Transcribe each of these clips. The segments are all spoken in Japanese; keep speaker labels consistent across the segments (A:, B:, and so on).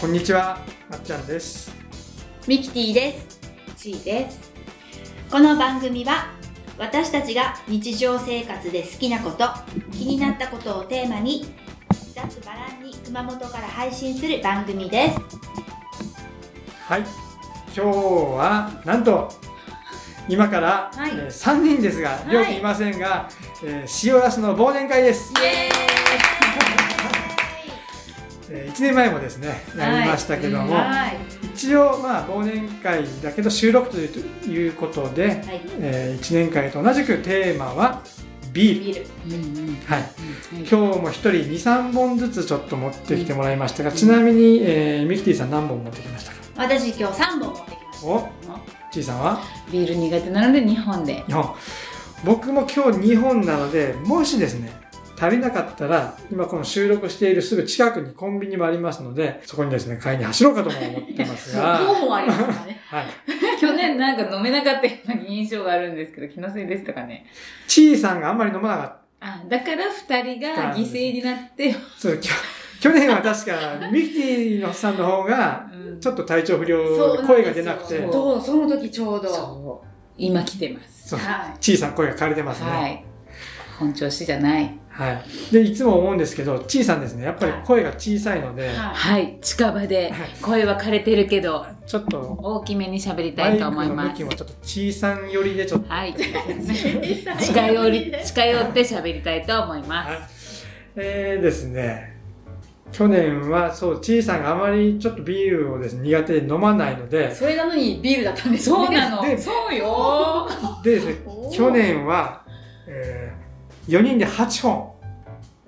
A: こんにちは、まっちゃんです。
B: ミキティです
C: ちーです。
B: この番組は私たちが日常生活で好きなこと気になったことをテーマにざっくばらんに熊本から配信する番組です
A: はい、今日はなんと今から、
B: はい
A: えー3人ですが、
B: い
A: よくいませんが、えー塩ラスの忘年会です。
B: イエ
A: えー1年前もですね、やりましたけども、
B: はい
A: 一応まあ忘年会だけど収録というということで、
B: はい
A: え1年会と同じくテーマはビール。
B: ビール
C: うんうん。
A: はい、
C: 今
A: 今日も1人23本ずつちょっと持ってきてもらいましたが、ちなみに、えーミキティさん何本持ってきましたか
B: 私今日3本持ってきました
A: おちいさんは
C: ビール苦手なので日本で。
A: 日本僕も今日日本なのでもしですね足りなかったら今この収録しているすぐ近くにコンビニもありますのでそこにですね買いに走ろうかとも思ってます
B: 候
A: が、
B: 補ありますからね
A: はい、
C: 去年なんか飲めなかったような印象があるんですけど、気のせいでしたかね。
A: ちーさんがあんまり飲まなかっ
C: あ、だから二人が犠牲になって、
A: たそうきょ去年は確かミキティのさんの方が
C: うん
A: ちょっと体調不良で声が出なくて
C: そうなんですよ
B: どうその時ちょうど
C: そう。今来てます。
A: そう
B: は
A: ちーさん声が枯れてますね、
C: はい。本調子じゃない。
A: はい。で、いつも思うんですけど、ちいさんですね。やっぱり声が小さいので、
B: いは
C: はい。近場で
A: はい
C: 声は枯れてるけど、
A: ちょっと、
C: 大きめに喋りた
A: マイ
C: い
A: ク
C: と思い
A: の向
C: ま
A: き
C: す。
A: もちょっとちいさん寄りでちょっと。
C: はい。
B: い
C: 近寄り、近寄って喋りたいと思います。
A: はいえーですね。去年は、そう、ちいさんがあまりちょっとビールをですね、苦手で飲まないので、
B: それなのにビールだったんです
C: そう
B: よね
C: な
A: で
C: の。そうよ。
A: でですね
B: お、ー
A: 去年は、え4人で8本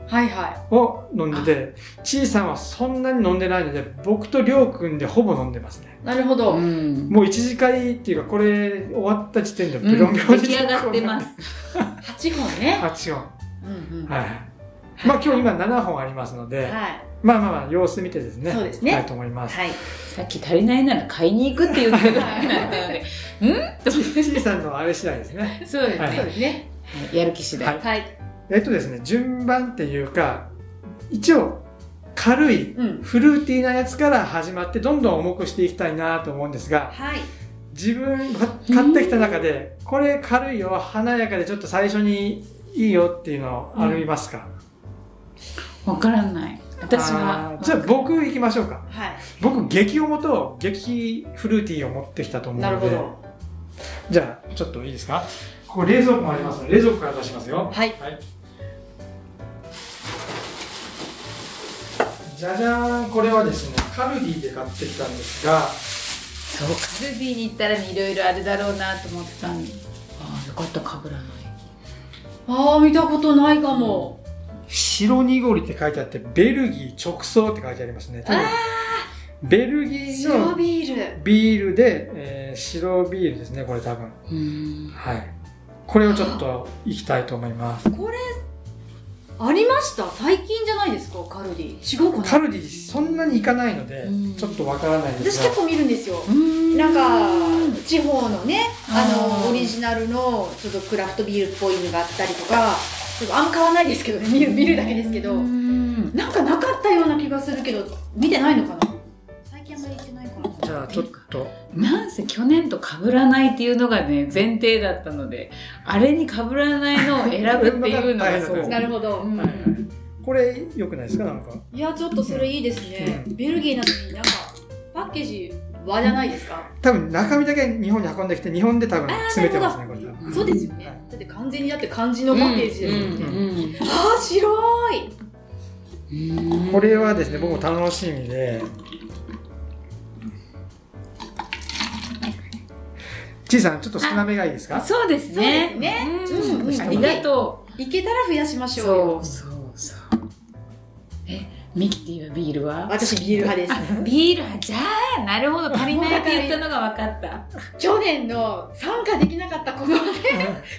B: はいは
A: を飲んでて、ちいさんはそんなに飲んでないので、僕とりょうくんでほぼ飲んでますね。
B: いなるほど、
C: ん。
A: もう1次会っていうか、これ終わった時点で
C: う
A: ベ
C: ん
A: ロンベロン
C: 出来上がってます。
B: 8本ね
A: 8本。
B: うんうん
A: はい。まあ今日今7本ありますので、
B: はい
A: まあまあまあ様子見てですね。
B: そうですね
A: はいと思います。
B: はい
C: さっき足りないなら買いに行くって言ってたぐらいだったので、うんと思っ
A: C さんのあれ次第ですね。
C: て。そうですね、
A: はい
B: そうですね。
C: やる気次第。
A: は
B: はい。
A: えっとですね、順番っていうか、一応軽い
B: うん。
A: フルーティーなやつから始まってどんどん重くしていきたいなと思うんですが、
B: はい。
A: 自分が買ってきた中で、これ軽いよ、華やかでちょっと最初にいいよっていうのありますか、
C: わからない。私は
A: あー。じゃあ僕行きましょうか。
B: はい。
A: 僕、激重と激フルーティーを持ってきたと思うの
B: な
A: で。
B: るほど。
A: じゃあちょっといいですかここ冷蔵庫もありますので冷蔵庫から出しますよ
B: はい。
A: はいじゃじゃーんこれはですねカルディで買ってきたんですが
C: そう、カルビーに行ったらいろいろあるだろうなと思ってたんで。ああ、よかった、かぶらない。
B: ああ、見たことないかも。
A: 白濁りって書いてあってベルギー直送って書いてありますね多分ベルギー
B: 白
A: の
B: ビール。
A: ビールで、えー白ビールですねこれ多分
C: うん。
A: はいこれをちょっといきたいと思います
B: これ、ありました最近じゃないですか、カルディ。違うか
A: カ
B: な
A: ルディそんなにいかないので
C: うん
A: ちょっとわからないで
B: 私
A: すが
B: 結構見るんですよ。
C: うん
B: なんか、地方のね、あ
C: あー
B: の、オリジナルの、ちょっとクラフトビールっぽいのがあったりとか、ちょっとあんま買わないですけどね、見る見るだけですけど
C: う。ん
B: なんかなかったような気がするけど、見てないのかな最近あんまり行ってないかな。
A: じゃあちょっと
C: なんせ去年と被らないっていうのがね前提だったのであれに被らないのを選ぶっていうの
A: 大変
C: がそう
A: だ
B: なるほど。
C: うん
A: はいこれ良くないですかなんか
B: いや、ちょっとそれいいですね。
A: う
B: ベルギーなのになんか、パッケージ和じゃないですか。
A: 多分中身だけ日本に運んできて日本で多分詰めてますねこれ多分
B: そうですよね
A: はい。
B: だって完全にだって漢字のパッケージですもん
A: うん
B: ね。
C: うん
B: ああ、白い
C: うん
A: これはですね僕も楽しみでちいさんちょっと少なめがいいですか
C: そうですね。
B: そうですね
C: うん
B: うん
C: ありがとう。
B: いけたら増やしましょう
C: そ
B: よ
C: う。そうそう。え、ミキティはビールは？
B: 私、ビール派です。
C: ビールはじゃあなるほど足りないって言ったのが分かった。
B: 去年の参加できなかったこのね、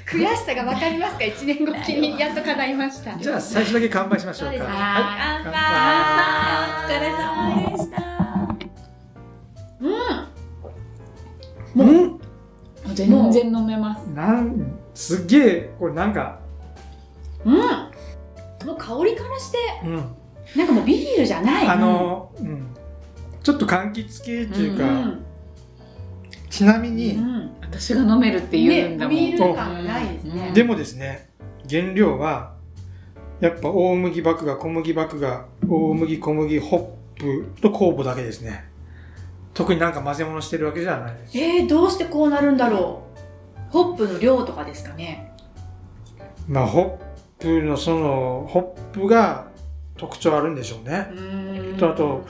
B: 悔しさがわかりますか ?1 年後きにやっと叶いました。
A: じゃあ最初だけ乾杯しましょう
B: そうで
A: か
B: すね
A: は
C: はい。
A: 乾杯
C: 乾杯お疲れ様でした。
A: いうん
C: 全然飲めます。
A: なんすっげえこれなんか
B: うんもう香りからして、
A: うん
B: なんかもうビールじゃない。
A: あのうんちちょっと柑橘系っていう
C: う
A: か、
C: ん
A: ちなみ
C: う
A: に、
C: ん、私が飲めるって言うんだもん、
B: ねビール感がないですね
C: うん
A: でもですね原料はやっぱ大麦麦芽小麦麦芽大麦小麦ホップと酵母だけですね特になんか混ぜ物してるわけじゃないです
B: えー、どうしてこうなるんだろうホップの量とかですかね
A: まあホップのそのホップが特徴あるんでしょうね
B: うん
A: とあと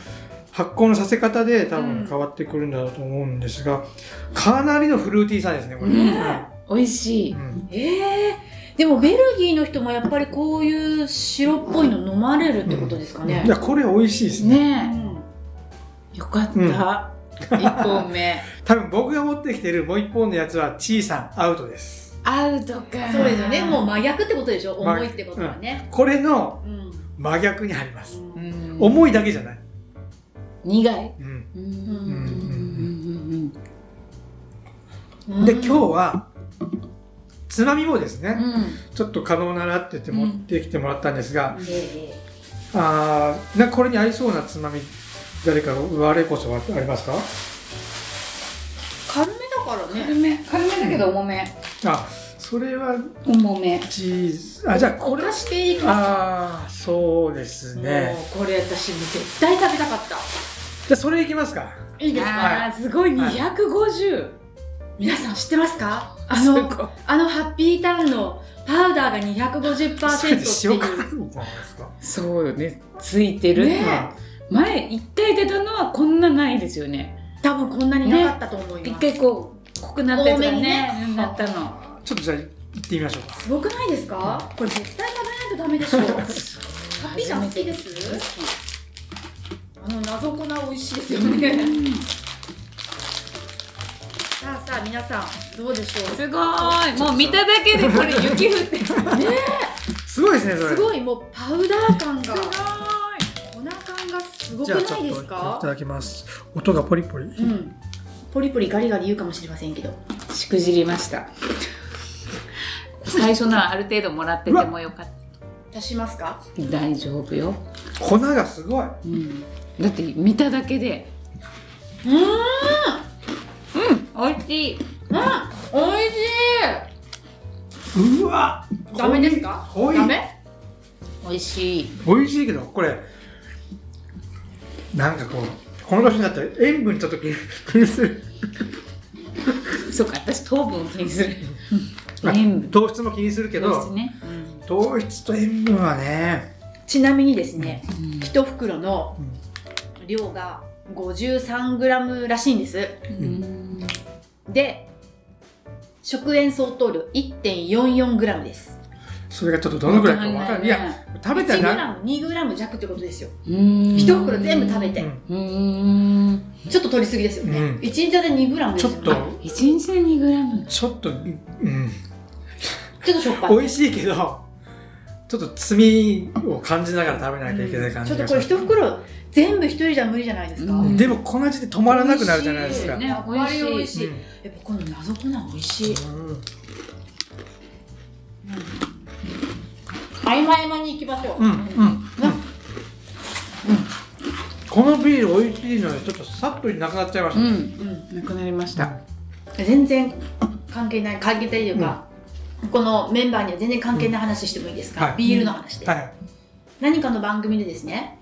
A: 発酵のさせ方で多分変わってくるんだろうと思うんですが、かなりのフルーティーさですねこれ、
C: ね美味しい
A: うん
B: えー、でもベルギーの人もやっぱりこういう白っぽいの飲まれるってことですかね、
A: いやこれ美味しいですね
C: ねよかった、
A: う
C: 一
A: ん
C: 本目
A: 多分僕が持ってきてるもう一本のやつはチーさんアウトです
C: アウトか
B: そうですよねもう
C: う、
B: 真逆ってことでしょ
A: ま
B: 重いってことはね、
A: これの
B: うん
A: 真逆にあります
C: うん、
A: 重いだけじゃない、
C: 苦い
A: うん
C: うん
A: ん
B: うん
A: で今日はつまみもです
C: うんう
A: ね、
C: ん
A: ちょっと可能ならって言って持ってきてもらったんですが、
B: え
A: あーなんかこれに合いそうなつまみ誰か我こそはありますか
B: ー軽めだからね
C: 軽め軽めだけど重め
A: あそれは
C: 重め
A: チーズあじゃあこ
B: お
A: れ
B: 菓子系いきま
A: ああそうです
B: す
A: ね
B: もうこれ私も絶対食べたかった
A: じゃあそれいきますか
B: いいですか
C: あーすごい
A: はい
C: 250
B: 皆さん知ってますかあ
C: あの
B: のあのハッピーターンのパウダーが
A: それで
B: 250%
A: 塩
B: っ
A: 辛
B: ていう
A: いんじゃないですか
C: そうよねついてる
B: ね
A: ま
C: 前一回出たのはこんなないですよね
B: 多分こんなになかったと思い
C: 一
B: ます、
C: 回こう濃くなったやつが
B: 多めに
C: ね
B: ね
C: うんなったの
A: あちょっとじゃあ行ってみましょうか
B: すごくないですかこれ絶対食べないとダメでしょハッピーちゃん好きですあの謎粉美味しいですよねさあさあ皆さんどうでしょう
C: すごーいもう見ただけでこれ雪降ってるすごー
A: すごいで
C: い
A: すねそれ
B: すごいもうパウダー感が粉感がすごく
A: じ
B: な
A: ゃあちょっ
B: い
A: とい
B: ですか
A: ただきます音がポリポリ
B: うんポリポリガリガリ言うかもしれませんけど
C: しくじりました最初のはある程度もらっててもよかっ
B: 足しますか
C: た大丈夫よ、
A: 粉がすごい
C: うん、だって見ただけで
B: うんうん
C: 美味しい
B: 美味し
A: うわ
B: いダメですか
A: 濃い
B: ダメ
C: 美味しい
A: 美味しいけどこれなんかこうこの年になったら塩分ちょっと気に 気にす る
C: そうか私糖分を気にする塩分
A: 糖質も気にするけ
C: 糖質
A: ど
C: ね、
A: 糖質と塩分はね
B: ちなみにですね
C: うん
B: 一袋の量が 53g らしいんです
C: うん
B: で食塩相当量 1.44g です
A: それがちょっとどのくらいか分からないいや食べたらな
B: 1g2g 弱ってことですよ一
C: 一
B: 袋全部食べて
A: うん
C: うーん
B: ちょっと取りすぎですよね、
A: うん
B: 1日で 2g で
A: ち
B: す
A: ょ
B: よ
A: っ
B: ね
A: と
C: 一日で2グラム
A: ちょっとうん
B: ちょっとしょっぱい
A: 美味しいけどちょっと罪を感じながら食べなきゃいけない感じ
B: ちょっと
A: が
B: こ
A: し
B: れ
A: ます
B: 一袋全部一人じゃ無理じゃないですか、
C: うん
A: でもこの味で止まらなくなるじゃないですか
B: 美味しやっぱり美味しい、
A: うん
B: やっぱこの謎粉美味しい
A: うん
B: 合間合間に行きましょう、
A: うんうん、うん、このビール美味しいのでちょっとさっとなくなっちゃいました、
C: うん
B: うん
C: なくなりました
B: 全然関係ない関係ないというか、このメンバーには全然関係ない話してもいいですか、
A: はい
B: ビールの話で、
A: はい
B: 何かの番組でですね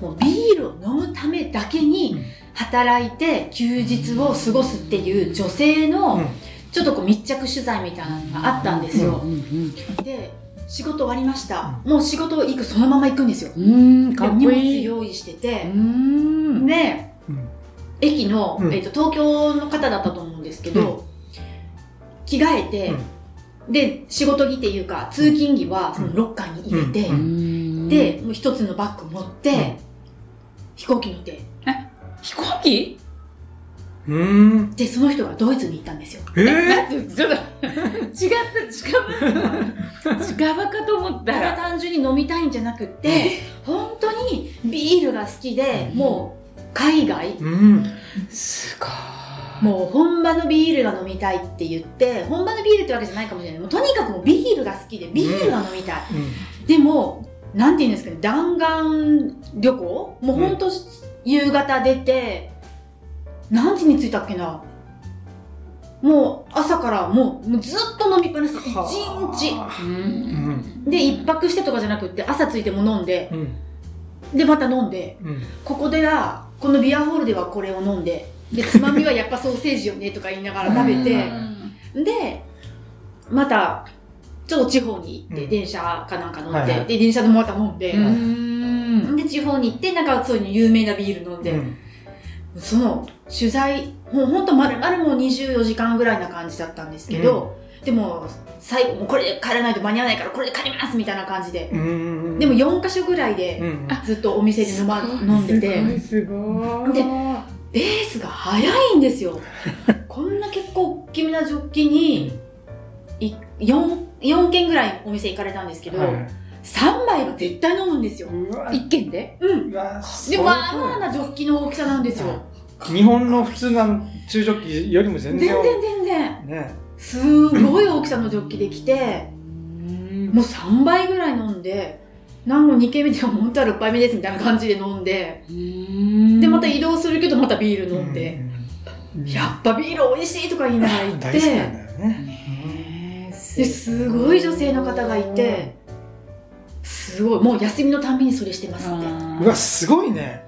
B: もうビールを飲むためだけ
A: う
B: に
A: ん
B: 働いて休日を過ごすっていう女性
A: う
B: の
A: ん
B: ちょっとこう密着取材みたいなのがあったんです
C: う
B: よ、
C: んうん
B: で仕事終わりました、もう仕事行くそのまま行くんですよ
C: うんうーん
B: で
C: かっ
B: 荷
C: こ
B: 物
C: いいう
B: 用意して
C: ー
B: て、
C: ん
B: で
A: うん
B: 駅の、
A: うん
B: えー、と東京の方だったと思うんですけど、着替えて、で仕事着っていうか通勤着はそのロッカーに入れて、
A: うんうん
B: でもう一つのバッグ持って、
A: うん
B: 飛行機乗って
C: 飛行機
A: うーん
B: でその人がドイツに行ったんですよ
A: えー、
C: だってちょっと違った近場近場かと思った
B: ただ
C: ら
B: 単純に飲みたいんじゃなくって、本当にビールが好きで、
C: うん
B: もう海外、
A: うん
C: すごい
B: もう本場のビールが飲みたいって言って本場のビールってわけじゃないかもしれないもうとにかくもうビールが好きでビールが飲みたい、でもなんて言うんですかね弾丸旅行もう本当、夕方出て何時に着いたっけなもう朝からもうもうずっと飲みっぱなし一日
C: うん
B: で一泊してとかじゃなくって朝着いても飲んで
A: うん
B: でまた飲んで
A: うん
B: ここではこのビアホールではこれを飲んででつまみはやっぱソーセージよねとか言いながら食べ
C: う
B: て
C: ん
B: でまたちょっと地方に行って、
A: うん
B: 電車かなんか乗って、
A: はいはい
B: で電車でまた飲んで、
C: うん
B: で地方に行ってなんかそういう有名なビール飲んで、
A: うん
B: その取材もうほんとまるまるもう24時間ぐらいな感じだったんですけど、でも最後もうこれで帰らないと間に合わないからこれで帰りますみたいな感じで、
A: うん
B: でも4か所ぐらい
A: うん
B: で
A: うん
B: ずっとお店で飲,、ま、飲んでて
C: すごい
B: でベースが早いんですよこんな結構大きめなジョッキに、い 4, 4軒ぐらいお店行かれたんですけど、
A: はいはい
B: 3杯は絶対飲むんですよ。
A: うわ
C: 一軒で
B: うん。
A: うわ
B: で、
A: そう
B: まあまあなジョッキの大きさなんですよ。
A: 日本の普通の中ジョッキよりも全
B: 全
A: 然
B: 然全然。
A: ね
B: すごい大きさのジョッキできて、
C: も
B: もう3杯ぐらい飲んで、なんも2軒目では本当は6杯目ですみたいな感じで飲んで、
C: う
B: で、また
C: い
B: 移動するけどまたビール飲んで、
A: うん
B: やっぱビール美味しいとか言いながら行って、
A: 大好きなんだよね
B: ですごい女性の方がいて、すごい、もう休みのためにそれしてますって。
A: うわすごいね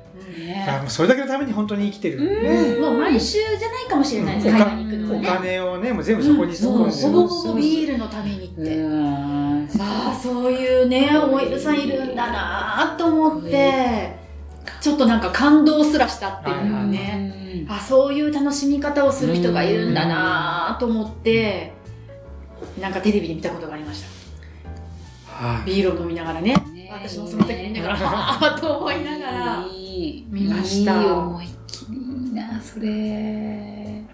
A: あ
C: ね
A: もうそれだけのために本当に生きてる、ね、
B: もう毎週じゃないかもしれないです、
A: うん
B: 海外に行くのは
A: お
B: ね。
A: 金をねもう全部そこに突っ込んで
B: ほ
A: る、
B: ぼほぼビールのためにっ
C: う
B: て。
C: わ
B: まあそういうね、おいさんいるんだなと思って、ちょっとなんか感動すらしたっていう
A: はい
B: ね。
C: ね
B: あそういう楽しみ方をする人がいるんだなと思って、なんかテレビで見たことがありました。
A: はい
B: ビールを飲みながらね。私もその時に見ながら、ああと思いながら。見
C: 見
B: ました
C: いい思いっきりいいなそれ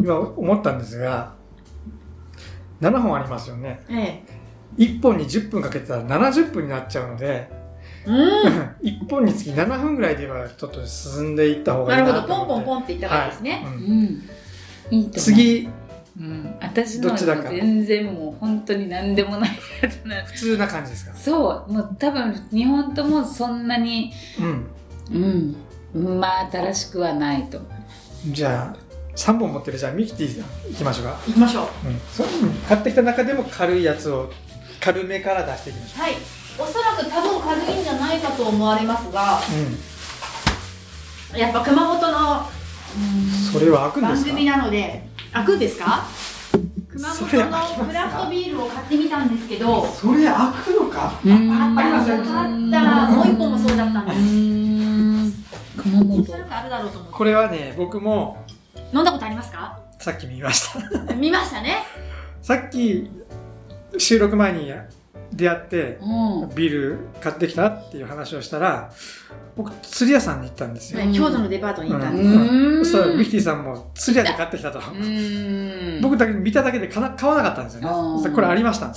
A: 今思ったんですが7本ありますよね
B: ええ。
A: 1本に10分かけてたら70分になっちゃうので
B: うん。
A: 1本につき7分ぐらいではちょっと進んでいった方が
B: ない
A: い
B: る
A: な
B: ほ
A: と
B: ど、
A: 思って
B: ポンポンポンっていったからですね。
A: はいうん
C: うんいいと思う
A: 次
C: うん私
A: ど
C: の
A: っ
C: は
A: ちだか
C: 全然もう本当に何でもないやつなの
A: 普通な感じですか
C: そうもう多分日本ともそんなに
A: うん
C: うんまあ新しくはないと
A: じゃあ3本持ってるじゃあミキティさんいきましょうか、
B: 行きましょう。
A: うんそううん買ってきた中でも軽いやつを軽めから出していきましょ
B: はい。おそらく多分軽いんじゃないかと思われますが、
A: う、うん、
B: やっぱ熊本の
A: それは開くんで
B: 番
A: すか
B: 組なので開くんですか熊本の
A: それ開きますか
B: クラフトビールを買ってみたんですけど
A: それ開くのか
C: うん
B: あったら買ったらもう一本もそうだったんで
C: う
B: す
C: ん熊
B: お
C: 本
B: そらくあるだろうと思う
A: これはね僕も
B: 飲んだことありますか
A: さっき見ました
B: 見ましたね
A: さっき収録前に出会って
C: うん
A: ビール買ってきたっていう話をしたら僕釣り屋さんに行ったんですよ、
C: うん
B: 京都のデパートに行ったんです、
C: うん
A: そしたらミキティさんも釣り屋で買ってきたと
C: うん
A: 僕だけ見ただけでかな買わなかったんですよね
C: あ
A: そ
C: ー
A: したらこれありましたこ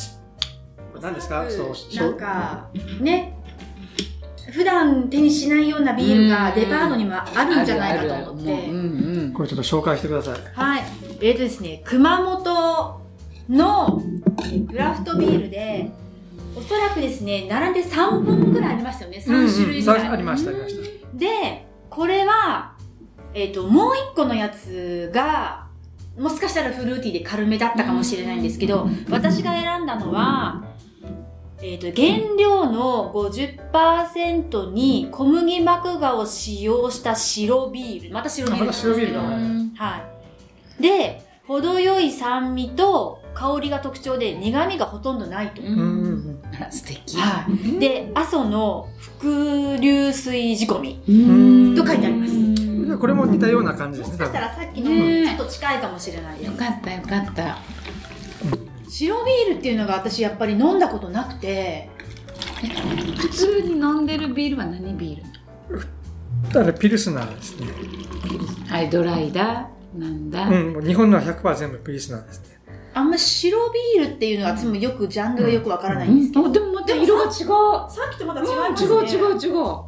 A: れ何ですかちょっとしょ
B: なんかね普段手にしないようなビールがデパートにもあるんじゃないかと思って
C: あるあるあるもううんうん
A: これちょっと紹介してください。
B: はい。えっ、とですね、熊本のえークラフトビールで、おそらくですね、並んで3本ぐらいありましたよね。3種類ぐらい。
A: ありました、ありました。
B: で、これは、えっ、と、もう1個のやつが、もしかしたらフルーティーで軽めだったかもしれないんですけど、私が選んだのは、えっ、と、原料の50%に小麦麦芽を使用した白ビール。また白ビールなんですけど。
A: また白ビールだね
B: はい。で、程よい酸味と香りが特徴で苦味がほとんどないと。
A: う
C: うん
A: ん。
C: あら素敵
B: はい。で、阿蘇の伏流水仕込み。
A: うん
B: と書いてあります
A: うんこれも似たような感じ
B: も
A: です
B: し
A: ね、
B: か
A: 多
B: した
A: 分。
B: らさっきの
C: ねえ
B: ちょっと近いかもしれないで
C: よ
B: す。
C: かったよかった
B: 白ビールっていうのが私やっぱり飲んだことなくて、
C: 普通に飲んでるビールは何ビール
A: ただ、ピルスナーですね。
C: はいドライだなんだ、
A: うん、もう日本のは100%全部ピルスナーですね。
B: あんま白ビールっていうのは私もよくジャンルがよくわからないんですけど、
C: あでもまた色が違う
B: さっきとまた
C: うん違う違う違う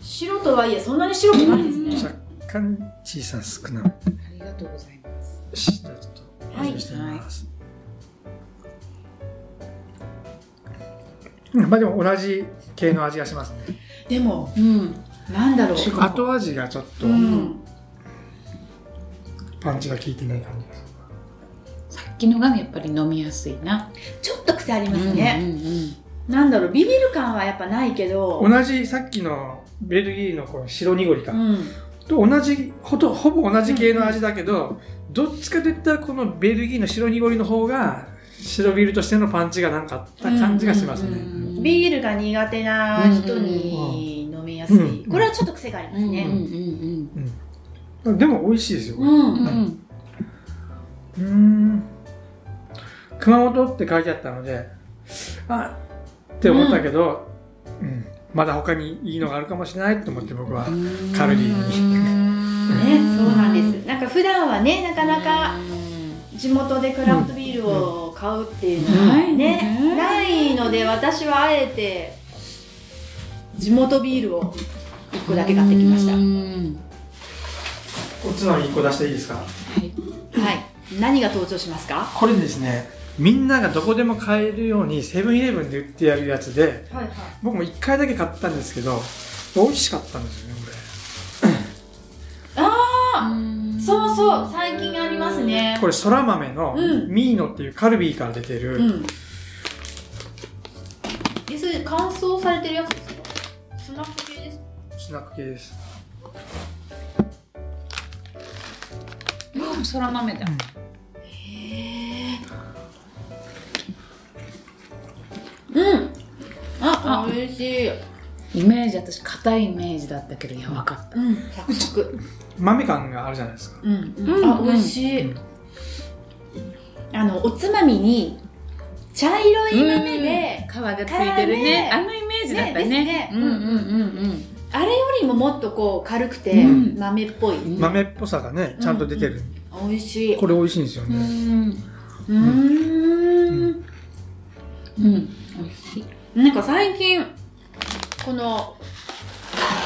B: 白とはいえそんなに白くないですね。
A: 若干小さな少なめ。
C: ありがとうございます。
A: よしじゃあちょっと味見してみます。うんまあでも同じ系の味がしますね。
B: でも
C: うん。
B: なんだろう。
A: 後味がちょっと
B: うん。
A: パンチが効いてない感じです。
C: さっきのがやっぱり飲みやすいな。
B: ちょっと癖あり
C: う
B: ますね。
C: んうんうん
B: なんだろう、ビビる感はやっぱないけど。
A: 同じ、さっきのベルギーのこの白濁りか
B: う、ん。
A: と同じ、ほと、ほぼ同じ系の味だけど、どっちかといったらこのベルギーの白濁りの方が、白ビールとしてのパンチがなんかあった感じがしますね。
C: うん
B: ビールが苦手な人に飲みやすい。
A: うん
B: これはちょっと癖がありま
C: う
B: す
C: んうん
B: ね。
C: うん
A: でも美味しいですよ。これ
B: うん。
C: うんうん
A: うーん熊本って書いてあったのであって思ったけど、うんまだ他にいいのがあるかもしれないと思って僕はカロリー
B: ね、そうなんです。なんか普段はね、なかなか
C: う
B: 地元でクラフトビールを買うっていうの
C: ん
B: は
C: ない
B: ね、
C: ね
B: ないので私はあえて地元ビールを1個だけ買ってきました。
C: う
B: は
C: ん
A: こっちの1個出していいですか
C: はい
B: い。何が登場しますか？
A: これですねみんながどこでも買えるようにセブンイレブンで売ってやるやつで
B: はいはい。
A: 僕も1回だけ買ったんですけど美味しかったんですよねこ
B: そうそう、最近ありますね
A: れ。これそら豆の
B: うん
A: ミーノっていうカルビーから出てる、
B: うん。え、それ乾燥されてるやつですか？スナック系ですか。
A: スナック系です
C: うんそら豆だ
B: うん。あ、美味しい。
C: イメージ私硬いイメージだったけど柔らかった
B: うん。サクサク。
A: 豆感があるじゃないですか
B: うん、
C: うん
B: あ美味しい、
A: うん
B: あのおつまみに茶色い豆で
C: 皮、がついてる
B: ね
C: ねあのイメージだったね
B: ねですね
C: うんうんうん
B: あれよりももっとこう軽くて
C: うん
B: 豆っぽい、
C: うん
A: 豆っぽさがねちゃんと出てる、
B: 美味しいう
A: これ美味しいんですよね、
C: うん
B: ーん
C: うん美味しい
B: なんか最近この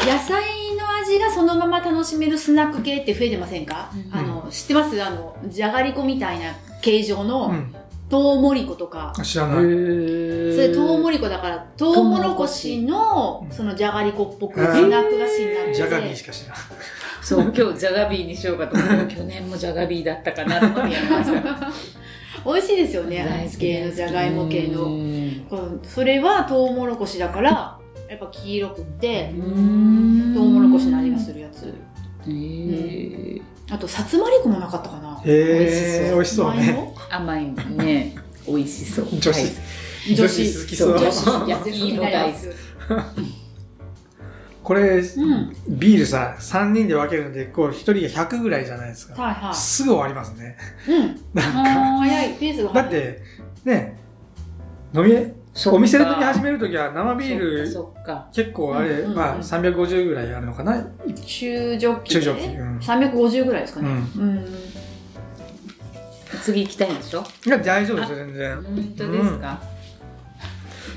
B: 野菜の味がそのまま楽しめるスナック系って増えてませんか、
C: うん
B: あの知ってますあのじゃがりこみたいな形状
A: う
B: の
A: ん
B: とうもりことか、
A: 知らない。
C: そ
B: それとうもりこだからとうもろこしの
A: うん
B: そのじゃがりこっぽく
A: へ
B: ス
A: ー
B: ナック菓子になって
A: ジ
B: て
A: ャガビーしか知らない。
C: そう今日ジャガビーにしようかと思って去年もジャガビーだったかなと思ってやりました
B: 美味しいですよね
C: 大
B: 大
C: 好
B: 好
C: き
B: きのじゃがいも系
C: う
B: の
C: ん
B: このそれはとうもろこしだからやっぱ黄色くって
C: うん
B: とうもろこしの味がするやつ
C: へー
B: あとさつまりこもなかったかな
A: へー
B: 美味しそう
A: 美味しそうね
B: 前の
C: 甘いね美味しそう
A: 女子
B: 女
A: 好
B: 子
A: きそう。
C: 女子
B: やつになります
A: これ、
B: うんはい
A: ビールさ、3人で分けるので、こう、1人が100ぐらいじゃないですか。
B: は
A: すぐ終わりますね。
B: いうん
A: なんか。
B: 早いペースが
A: だっ
B: 早い
A: て、ね、飲み、お店で飲み始めるときは生ビール、
C: そっか
A: 結構あ
B: うん
A: れ、
B: うんうん
A: まあ350ぐらいあるのかな。
B: 中ジョッキ
A: 中ジョッキうん
B: 350ぐらいですか
A: う
B: ね
A: ん。
B: うん
C: そっか次行きたいんでしょ
A: いや、大丈夫ですよ、全然。
C: 本当ですか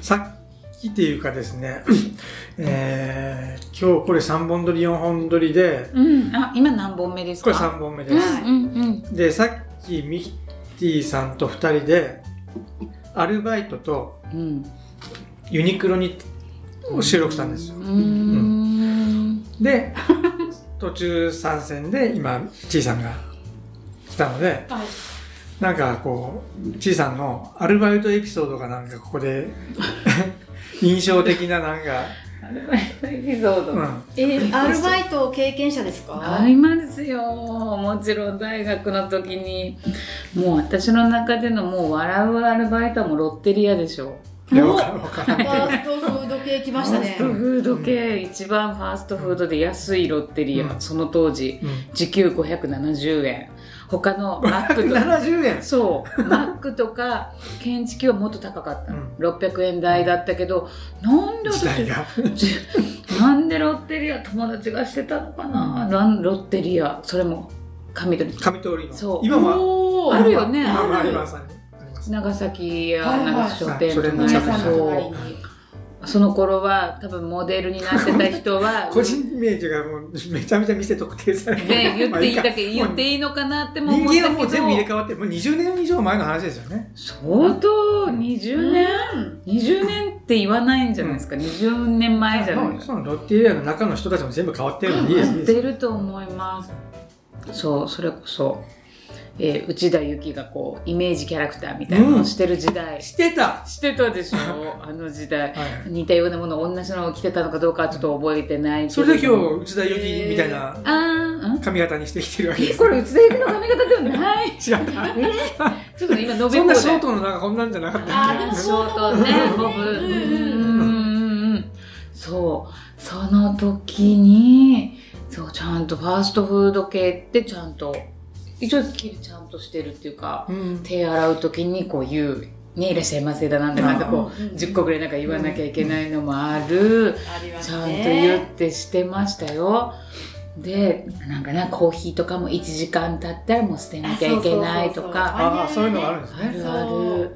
A: さっきっていうかですね、えー、今日これ3本撮り、4本撮りで、
C: うんあ今何本目です
A: こ
C: か
A: れ3本目で
C: う
A: す。
C: んうんうん
A: でさっきミッティさんと2人でアルバイトと
C: うん
A: ユニクロに収録したんですよ
C: うーん
A: で途中参戦で今ちいさんが来たので
B: はい
A: なんかこうちいさんのアルバイトエピソードがなんかここ で印象的ななんか、
C: アルバイトエピソード
A: うん、
B: えーアルバイト経験者ですか、
C: ありますよもちろん大学の時にもう私の中でのもう笑うアルバイトはもうロッテリアでしょ
A: いやわからんわからん
B: ファーストフード系来ましたね
C: ファーストフード系、一番ファーストフードで安いロッテリア、
A: うん
C: その当時
A: うん
C: 時給570円他のマ ックとか
A: 70円
C: そうマックとか建築はもっと高かった、
A: うん
C: 600円台だったけどなんで
A: 時代
C: 私
A: が
C: じ なんでロッテリア友達がしてたのかななんロッテリアそれも神戸に
A: 紙通りの
C: そう
A: 今も
B: おー
C: あるよね
A: まあまあ今さんにあります
C: 長崎や
B: はいはい
C: 長崎商店
A: あそ
B: お
C: とか
A: れの
B: 姉
A: 近く
B: さんの隣
C: そ
B: に
C: うその頃は多分モデルになってた人は
A: 個人イメージがもうめちゃめちゃ店特定されて
C: で 言
A: ま
C: っ
A: あ
C: てい
A: い
C: い
A: か
C: だけ言っていいのかなっても
A: 人
C: 思ったけ
A: 間
C: ど
A: はもう全部入れ替わってもう20年以上前の話ですよね
C: 相当と20年、20年って言わないんじゃないですか、20年前じゃない
A: まあ
C: か
A: そのロッテリアの中の人たちも全部変わってるのにいい
C: や
A: で
C: っ
A: すいい
C: て
A: です
C: ると思いますそうそれこそ、えー内田有紀がこうイメージキャラクターみたいなのをしてる時代、
A: してた
C: してた でしょあの時代
A: はい
C: 似たようなもの同じのを着てたのかどうかはちょっと覚えてないけ
A: そ
C: れ
A: れ
C: ど
A: で今日内田有紀みたいな
C: あーん
A: 髪型にしてきてるわけで
C: え
A: す
C: これ内田有紀の髪型ではない
A: 違った
C: ちょっと今述べ
A: そ
C: 込
A: ん
C: ん
A: な
C: で
A: ショートのなんかこんなんじゃなかった
B: あーでも
C: ショートねボブ
B: うん
C: うんうんうんそうその時にそうちゃんとファーストフード系ってちゃんと一応きりちゃんとしてるっていうか
A: うん
C: 手洗う時にこう言う「ねいらっしゃいませ」だなんだかんだこう10個ぐらいなんか言わなきゃいけないのもある
B: ありま
C: ち
B: す
C: ゃんと言っ
B: ね
C: てしてましたよでなんかなコーヒーとかも1時間経ったらもう捨てなきゃいけないとか
A: ああそういうのがあるんです
C: あ
A: ね
C: る
B: そう
C: ある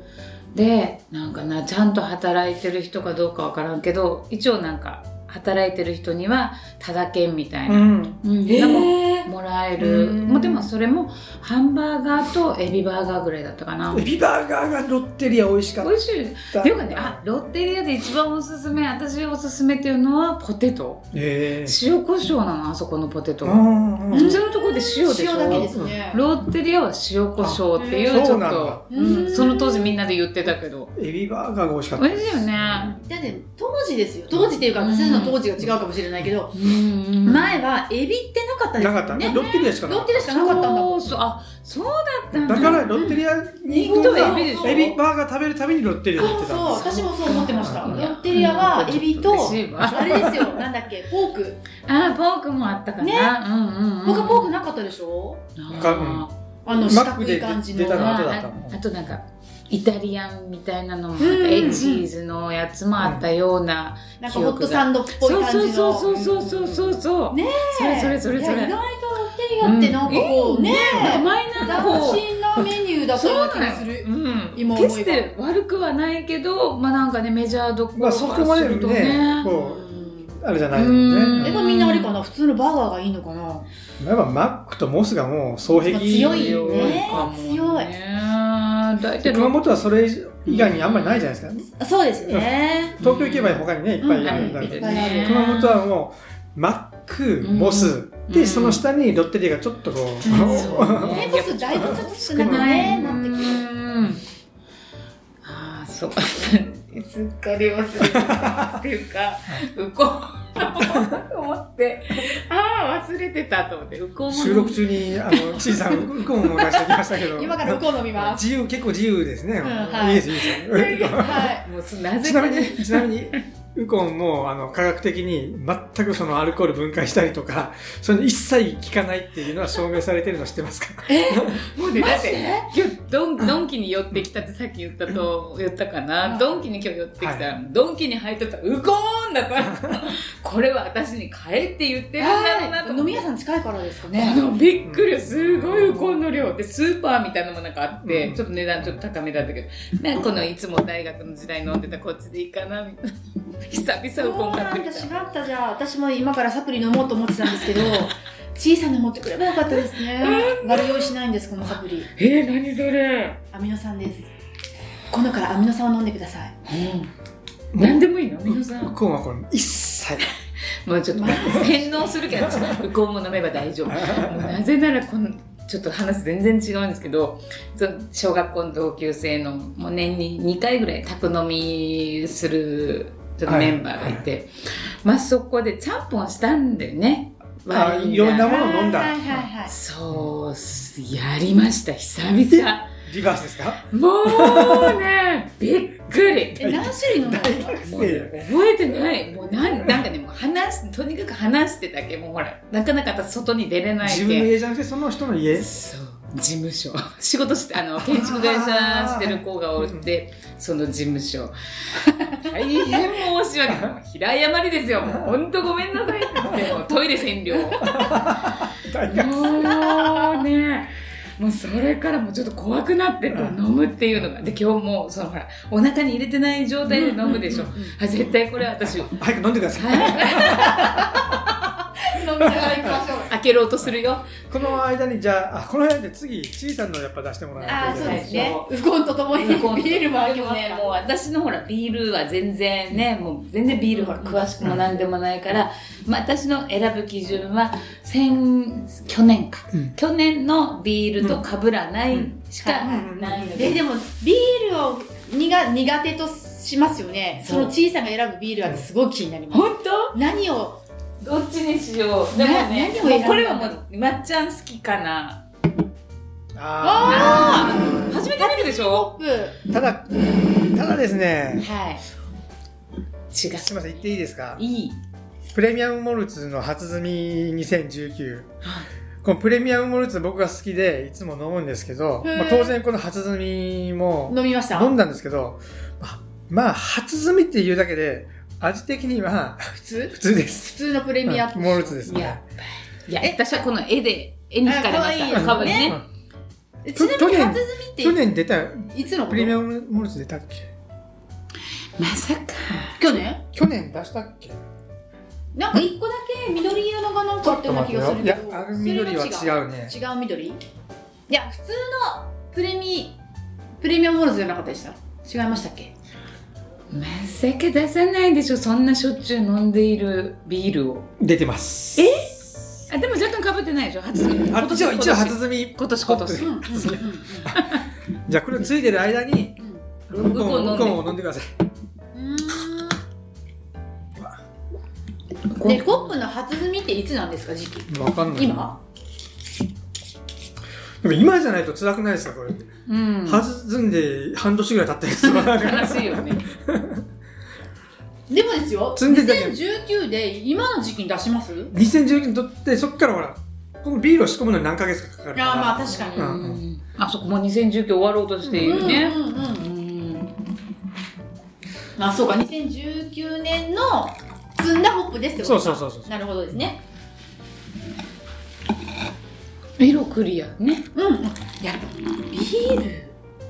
C: でなんかなちゃんと働いてる人かどうかわからんけど一応なんか働いてる人にはただ券みたいな、
A: ん
C: うん
B: え
C: のも
B: ー
C: もらえる
A: うん
C: もうでもそれもハンバーガーとエビバーガーぐらいだったかな
A: エビバーガーがロッテリア美味しかっ
C: 美味しい
A: た
C: でもねあロッテリアで一番おすすめ私おすすめっていうのはポテト
A: ええ
C: 塩コショウなのあそこのポテト
A: う
C: は
A: んうん
C: 普通のとこで塩でしょ
B: 塩だけですね
C: ロッテリアは塩コショウっていう
A: あ
C: ち
A: そ
C: ょ
A: う
C: っ
A: なんだ
C: とうんその当時みんなで言ってたけど
A: エビバーガーが美味しかった
C: 美味しいよね。
B: だって当時ですよ当時っていうか
C: うん
B: 私たちの当時が違うかもしれないけど、
C: うん
B: 前はエビってなかったです
A: な
B: よね
A: かったロッテリアしかな
B: ロ
A: か
B: ッ
A: っ
B: テリアしかなかったんだもん
C: そうそうあそうだったん
A: た
C: だ。
A: だからロッテリアに行く
C: 肉とエビでしょ
A: エビバーガー食べるためにロッテリアに行ってたん
B: そう
A: です
B: 私もそう思ってました
A: う
B: ロ
A: ん
B: ッテリアはエビと
C: 嬉しいわ
B: あれですよなんだっけポーク
C: あポークもあったかな。
B: ね
C: うんうんうん。
B: 僕ポークなかったでしょ
C: なん
A: か
B: あの
A: マ
B: 四
A: ック
B: 角
A: で
B: い感じの
A: 出たの後だったもん
C: ああとなんかイタリアンみたいなのもなん
B: うん
C: かエチーズのやつもあったような。
B: なんかホットサンドっぽい
C: そう
B: 感じの
C: そうそうそうそうそうそう。
B: ね
C: それそれそれそ
B: いや意
C: れ。
B: 外とロッテリアってなんかこう、
C: うん
B: ね
C: なんかマイナーな
B: 斬
C: こう。
B: 新なメニューだったような気がする
C: うん
B: 今思えば
C: 決して悪くはないけど、まあなんかねメジャーどこ
A: ま
C: ろ
A: あ
C: か
A: そこまです
C: ると
A: ね
B: う
A: こ
B: ん
A: うあれじゃないの
B: や
A: ね
B: っぱみんなあれかな普通のバーガーがいいのかな
A: やっぱマックとモスがもう双璧
B: 強い
A: よ
B: ね
C: かもね
B: 強い
C: 大
A: で
C: 体
A: 熊本はそれ以外にあんまりないじゃないですか
B: そうですね
A: 東京行けば他にねいっぱいあるんだけど熊本はもうマックモス
C: う
A: で
C: ん
A: その下にロッテリアがちょっとこう
C: そうね
B: 店舗数だいぶちょっと少
C: 少
B: なく
C: な
B: ね
C: い
B: なってきて
C: ああそうすっかり忘れてたっていうかうこう思ってああ忘れてたと思ってうこう も
A: 収録中にあのちいさんウコンを出してきましたけど
B: 今からウコン飲みます
A: 自由結構自由ですね、
B: はい
A: い、いですいいです
B: はい
C: もうすな ぜ
A: ちな
C: か
A: みに
C: ね
A: ちなみにウコンもあの科学的に全くそのアルコール分解したりとか そういうの一切効かないっていうのは証明されてるの知ってますか
C: もうねだって今日ドンドンキに寄ってきたってさっき言ったと言ったかなドンキに今日寄ってきたら、ドンキに入っとったらウコーンだからこれは私に買えって言ってるんだろうなと
B: はい
C: 思
B: 飲
C: って
B: み屋さん近いからですか
C: あ
B: ね
C: のびっくりすごいこの量でスーパーみたいなのもなんかあって、
A: うん
C: ちょっと値段ちょっと高めだったけどなんかこのいつも大学の時代飲んでたこっちでいいかなみたいな久々ウコ
B: そう
C: ン買
B: な
C: っ
B: ん
C: て
B: だ
C: きた
B: しまったじゃあ私も今からサプリ飲もうと思ってたんですけど小さな持ってくればよかったですね悪用意しないんですこのサプリ
C: えー、何それ、
B: アミノ酸です今度からアミノ酸を飲んでください
C: うん、何でもいいの皆さ
A: ウ
C: ん
A: コンはこれ一切
C: もうちょっと洗脳するけどちょっとウコンも飲めば大丈夫もうなぜならこのちょっと話全然違うんですけどそう小学校の同級生のもう年に2回ぐらい宅飲みするちょっとメンバーがいて、まあそこでちゃんぽんしたんだよね
A: あ
C: ワインが
A: いろんなもの飲んだ、
B: はいはいはい
C: そうすやりました久々
A: リバースですか
C: もうねびっくり
B: え何種 類飲んだの
C: もう覚えてないもうなんなんかねもう話とにかく話してたけもうほらなかなか私外に出れないけ
A: 自分の家じゃなくてその人の家
C: そう事務所 仕事してあの建築会社してる子がおってその事務所 大変申し訳ないもう平謝りですよもう本当ごめんなさいって 言ってもうトイレ占領
A: 大学
C: もうねもうそれからもうちょっと怖くなってて飲むっていうのがで今日もそのほらお腹に入れてない状態で飲むでしょ、あ絶対これ私
A: 早く飲んでください
C: はい
B: のお店から行きましょうよ。
C: 開けろうとするよ。
A: この間にじゃああこの間で次ちいさんのやっぱ出してもらわ
B: あ
A: な
B: あ、
A: い
B: そ
A: とい
B: う
A: けな
B: で
A: い
B: すね。ウコンとともにビールもあ
C: で
B: げ
C: も
B: ます
C: ね、
B: か
C: もう私のほら、ビールは全然ね、もう全然ビールほら、詳しくもなんでもないから、まあ私の選ぶ基準は、先、去年か。
A: うん
C: 去年のビールと被らないしかないの
B: ら。
C: で、
B: え、でも、ビールを苦苦手としますよね。
C: そ
B: そ
C: う
B: の小さな選ぶビールはすごい気になります。
C: 本当
B: 何を、
C: どっちにしよう。で
B: ね
C: もね、
B: 何を選んだの
C: もうこれはもう、まっちゃん好きかな。
A: あ
C: 初めて見るでしょ
B: ポッ
A: ーただただですね
C: はい。違
A: すみません言っていいですか
C: う。いい。
A: プレミアムモルツの初摘み2019このプレミアムモルツ僕が好きでいつも飲むんですけど、
B: へー
A: まあ、当然この初摘みも
B: プ飲みました
A: 飲んだんですけど、まあ、まあ初摘みっていうだけで味的には
B: 普通
A: 普通です
B: 普通のプレミアム。
A: モルツです
C: いや
A: ね、
C: いや、私はこの絵で、絵に惹かれまし
B: あ
C: た。
B: 可
C: か
B: 愛
C: わ
B: い
C: い
B: で
C: い
B: すね
C: ね。
B: え
A: 去
B: ちなみに
A: 去年去
B: 初摘みっ
A: 年出た
B: て、いつのこと
A: プレミアムモルツ出たっけ
C: まさか。
B: 去年
A: 去年出したっけ
B: なんか一個だけ緑色のがなんかあったような気がする
A: い
B: け
A: や
B: ど。
A: あの緑は
B: それは
A: 違うね
B: 違う。違う緑いや、普通のプレミ、プレミアムモルツじゃなかったでした。違いましたっけ
C: まさか出さないでしょ、そんなしょっちゅう飲んでいるビールを。
A: 出てます
C: あ、でも若干かぶってないでしょ、初耳。
A: あ一応一応初
C: 今
A: 摘み
C: 年今 年。
B: うんうんうんうん。
A: じゃあこれをついてる間にウコン
C: ウコン飲んで
A: ウコンを飲んでください
B: でコップの初摘みっていつなんですか時期
A: わかんない
B: 今
A: でも今じゃないと辛くないですかこれ、
C: うん。
A: 弾んで半年ぐらい経ってるんですよ
C: 悲しいよね。
B: でもですよ
A: 摘んでたけど
B: 2019で今の時期に出します
A: 2019年にとってそっからほらこのビールを仕込むのに何ヶ月かかかるから
B: ああまあ確かに
A: う
C: うんん。あそこもう2019終わろうとしているね。
B: うんうんうん
C: うん
B: あそうか2019年の摘んだホップですってこと
A: そう
B: か
A: そうそうそう
B: なるほどですね
C: 色クリアね。
B: うんうんやっぱビール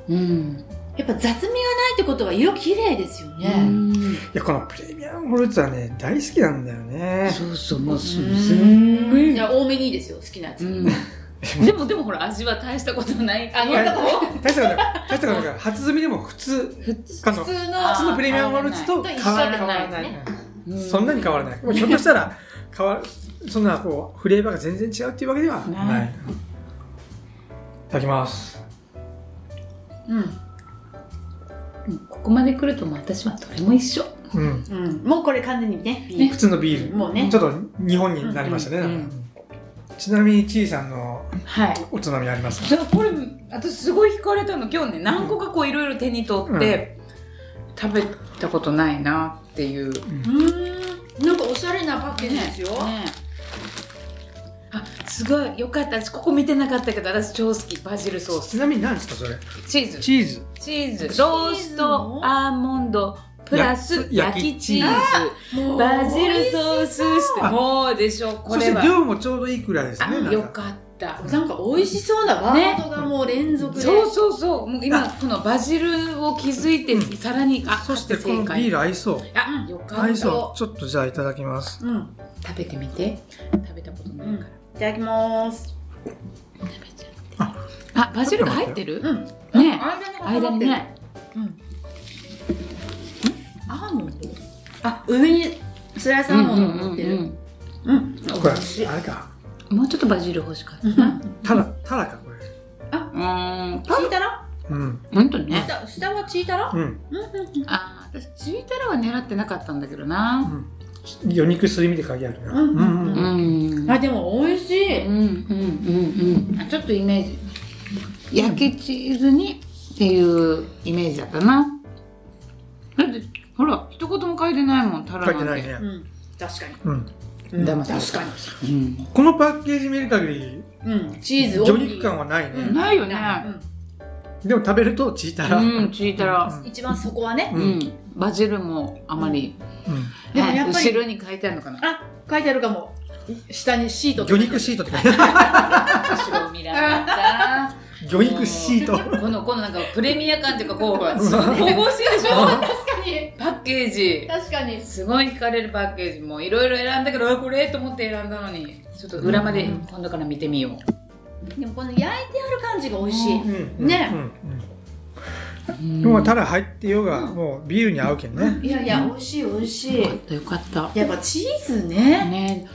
C: うん。
B: やっぱ雑味がないってことは色綺麗ですよ
C: う
B: ね
C: ん
A: いやこのプレミアムフルーツはね大好きなんだよね
C: そうそう、もうす
B: うん
C: すんごい。
B: いや多めにいいですよ好きなやつ
C: うんでもでもほら味は大したことない
B: あ
C: あ
B: の
C: の
A: 大したこと大したことないから初摘みでも普通あの
B: 普通の
A: 普通のプレミアムフルーツと
B: と一緒
A: 変わらない
B: 変わらないね
A: うんそんなに変わらないもうひょっとしたら変わそんなこうフレーバーが全然違うっていうわけではな、
C: ないい
A: うんいただきます
B: うん
C: うんここまで来るともう私はどれも一緒
A: うん
B: うんもうこれ完全にねビール
A: 普通のビール
B: もうね
A: ちょっと日本になりましたね、
C: うんうん
A: なんかちなみにちいさんの
C: はい
A: おつまみありますか
C: じゃあこれ私すごい惹かれたの今日ね何個かこういろいろ手に取って、食べたことないなっていうね
B: うーんなんかおしゃれなパッケージですよ。
C: ねあすごいよかった私ここ見てなかったけど私超好きバジルソース
A: ちなみに何ですかそれ
C: チーズ
A: チーズ
C: チーズローストアーモンドプラス
A: や
C: 焼きチ
A: 焼きチーズ
C: ー
B: も
C: ズ
B: う
C: バジルソースして
A: あ
C: もうでしょこ
A: そ
C: れ
A: して
C: は
A: 量もちょうどいいくらいです
C: あ
A: ねなん
C: よかった
B: なんか美味しそうなワードがもう連続で。
C: そうそうそうもう今
A: あ
C: このバジルを気づいて
A: うん
C: さらにあ
A: そしてこの
C: 正解
A: ビール合いそう
C: あよか
A: 合
C: っ
A: い
C: た
A: そうちょっとじゃあいただきます
B: うん。
C: 食べてみて食べたことないから、
B: いただきます。
C: 食べちゃってあバジルが入ってる
B: うん。
C: ね
B: 間
C: 間に
B: ね。
C: ね
B: うん。アーモンド。あ上にスライスアーモンドが乗って
C: うんう
B: る。
C: ん
B: うん。
A: これあれか
C: うんもうちょっとバジル欲しかった
B: う。
C: なん
A: タラタラかこれ
C: うん
B: チータラ？
A: うん
C: ほんとね
B: 下下はチータラ？
A: うん
B: うんうん
C: あー私チータラは狙ってなかったんだけどな
A: 魚肉すり身で書いてあるな
B: うんうんうん
C: うんうん
B: うん。あでも美味しい。
C: うんうんうんあちょっとイメージ焼きチーズにっていうイメージだったなだってほら一言も書いてないもんタラ
A: 書
C: なんて
A: いてないね
B: うん。確かに。
A: うん
B: うん
C: 騙
B: 確
C: された
B: か
C: うん
A: このパッケージ見る限り
B: に。うん。チーズを。
A: 魚肉感はないね、
C: ないよね
B: うん。
A: でも食べるとチータラ、
C: うんチータラ
A: うん
B: 一番そこはね。
C: うん、バジルもあまり、
A: う
B: でもやっぱり
C: 後ろに書いてあるのかな
B: あ、書いてあるかも。下にシート
A: ん
B: っ
A: 魚
B: て書い
A: 肉
B: てある
A: シートって書いてあ
C: 後ろ見られた
A: る魚肉シート
C: このこのなんかプレミア感っていうかこうほら神々しいでしょ
B: に
C: パッケージ
B: 確かに
C: すごい惹かれるパッケージもいろいろ選んだけどあこれと思って選んだのにちょっと裏まで今度から見てみよう、
B: でもこの焼いてある感じが美味しい、
A: うんうん
B: ね
A: うんうん
C: うん
A: もうただ入ってようが、もうビールに合うけんね。
B: いやいや美味しい美味しい
C: よかったよかっ
B: やっぱチーズ
C: た
B: ね
C: ね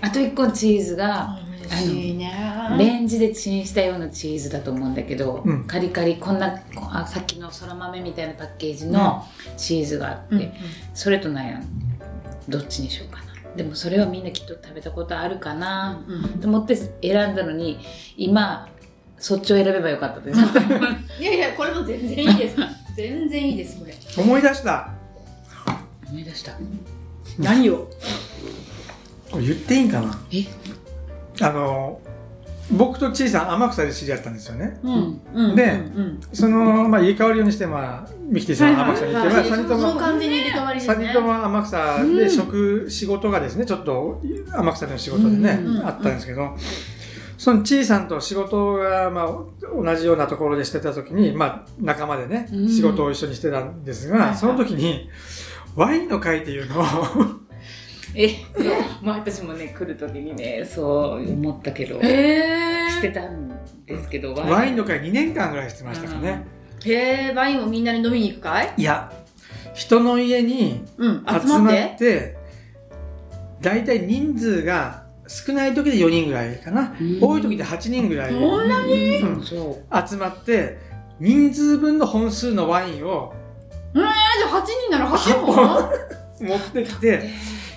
C: あと一個チーズが
B: 美味しいね
C: レンジでチンしたようなチーズだと思うんだけど、
A: うん
C: カリカリこんなこあさっきのそら豆みたいなパッケージのチーズがあって、
B: うんうん
C: それと悩むどっちにしようかなでもそれはみんなきっと食べたことあるかな
B: うん
C: と思って選んだのに今そっちを選べばよかったです
B: いやいやこれも全然いいです全然いいですこれ
A: 思い出した。
C: 思い出した
B: 何を
A: これ言っていいんかな
C: え
A: あの、僕とちいさん天草で知り合ったんですよね。
B: うんうん
A: で
B: うん
A: その、まあ、入れ替わりにして、まあ、ミキティさんは天草に行って、まあ、3人と
B: もう
A: も、
B: 完全に入れ替わりです
A: 三
B: ね
A: 人とも天草で職、仕事がですね、ちょっと天草での仕事でね、
C: うん
B: うん
A: あったんですけど、そのちいさんと仕事が、まあ、同じようなところでしてた時に、まあ、仲間でね、
C: うん
A: 仕事を一緒にしてたんです
C: はいは
A: が、
C: い
A: その時に、ワインの会っていうのを、
C: えもう私もね来る時にねそう思ったけど
B: へ
C: し
B: え
C: てたんですけど
A: ワインの会2年間ぐらいしてましたからね。
B: へえワインをみんなで飲みに行くかい
A: いや、人の家に
B: うん
A: 集
B: 集
A: ま
B: ま
A: っ
B: って
A: て、大体人数が少ない時で4人ぐらいかな。
C: うん
A: 多い時で8人ぐらい、
B: そんなに
A: う
C: うんんそう
A: 集まって、人数分の本数のワインを
B: あじゃあ8人なら8本
A: 持ってきて、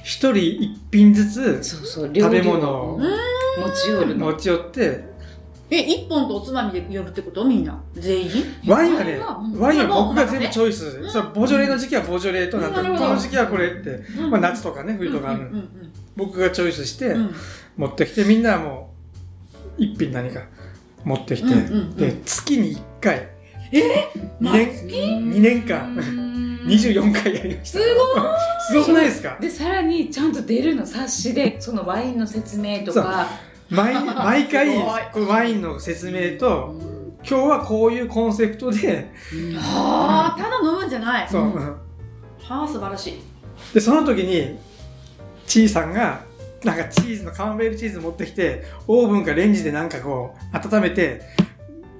A: 1人1品ずつ
C: そうそう
A: 食べ物を
C: うん持ち寄るの
A: 持ち寄って、
B: え1本とおつまみで寄るってことみんな全員
A: ワインはね、ワインは僕が全
B: まあ
A: 部
B: ね
A: チョイス。そうボジョレーの時期はボジョレーと、なんか
B: なるほど
A: この時期はこれって、まあ夏とかね、冬とかあ
B: うんう
A: る。
B: ん
A: 僕がチョイスして
B: うんう、ん
A: 持ってきてみんなもう一品何か持ってきて、
B: うんうんうん
A: で月に1回2
B: 毎
A: 年二年間24回やりましたすご すごくないですか
C: でさらにちゃんと出るの冊子でそのワインの説明とか
A: 毎毎回
B: すごい
A: このワインの説明と今日はこういうコンセプトで
B: はあただ飲むんじゃない
A: そう、
B: はあ素晴らしい
A: でその時にちーさんがなんかチーズのカマンベールチーズ持ってきてオーブンかレンジでなんかこう温めて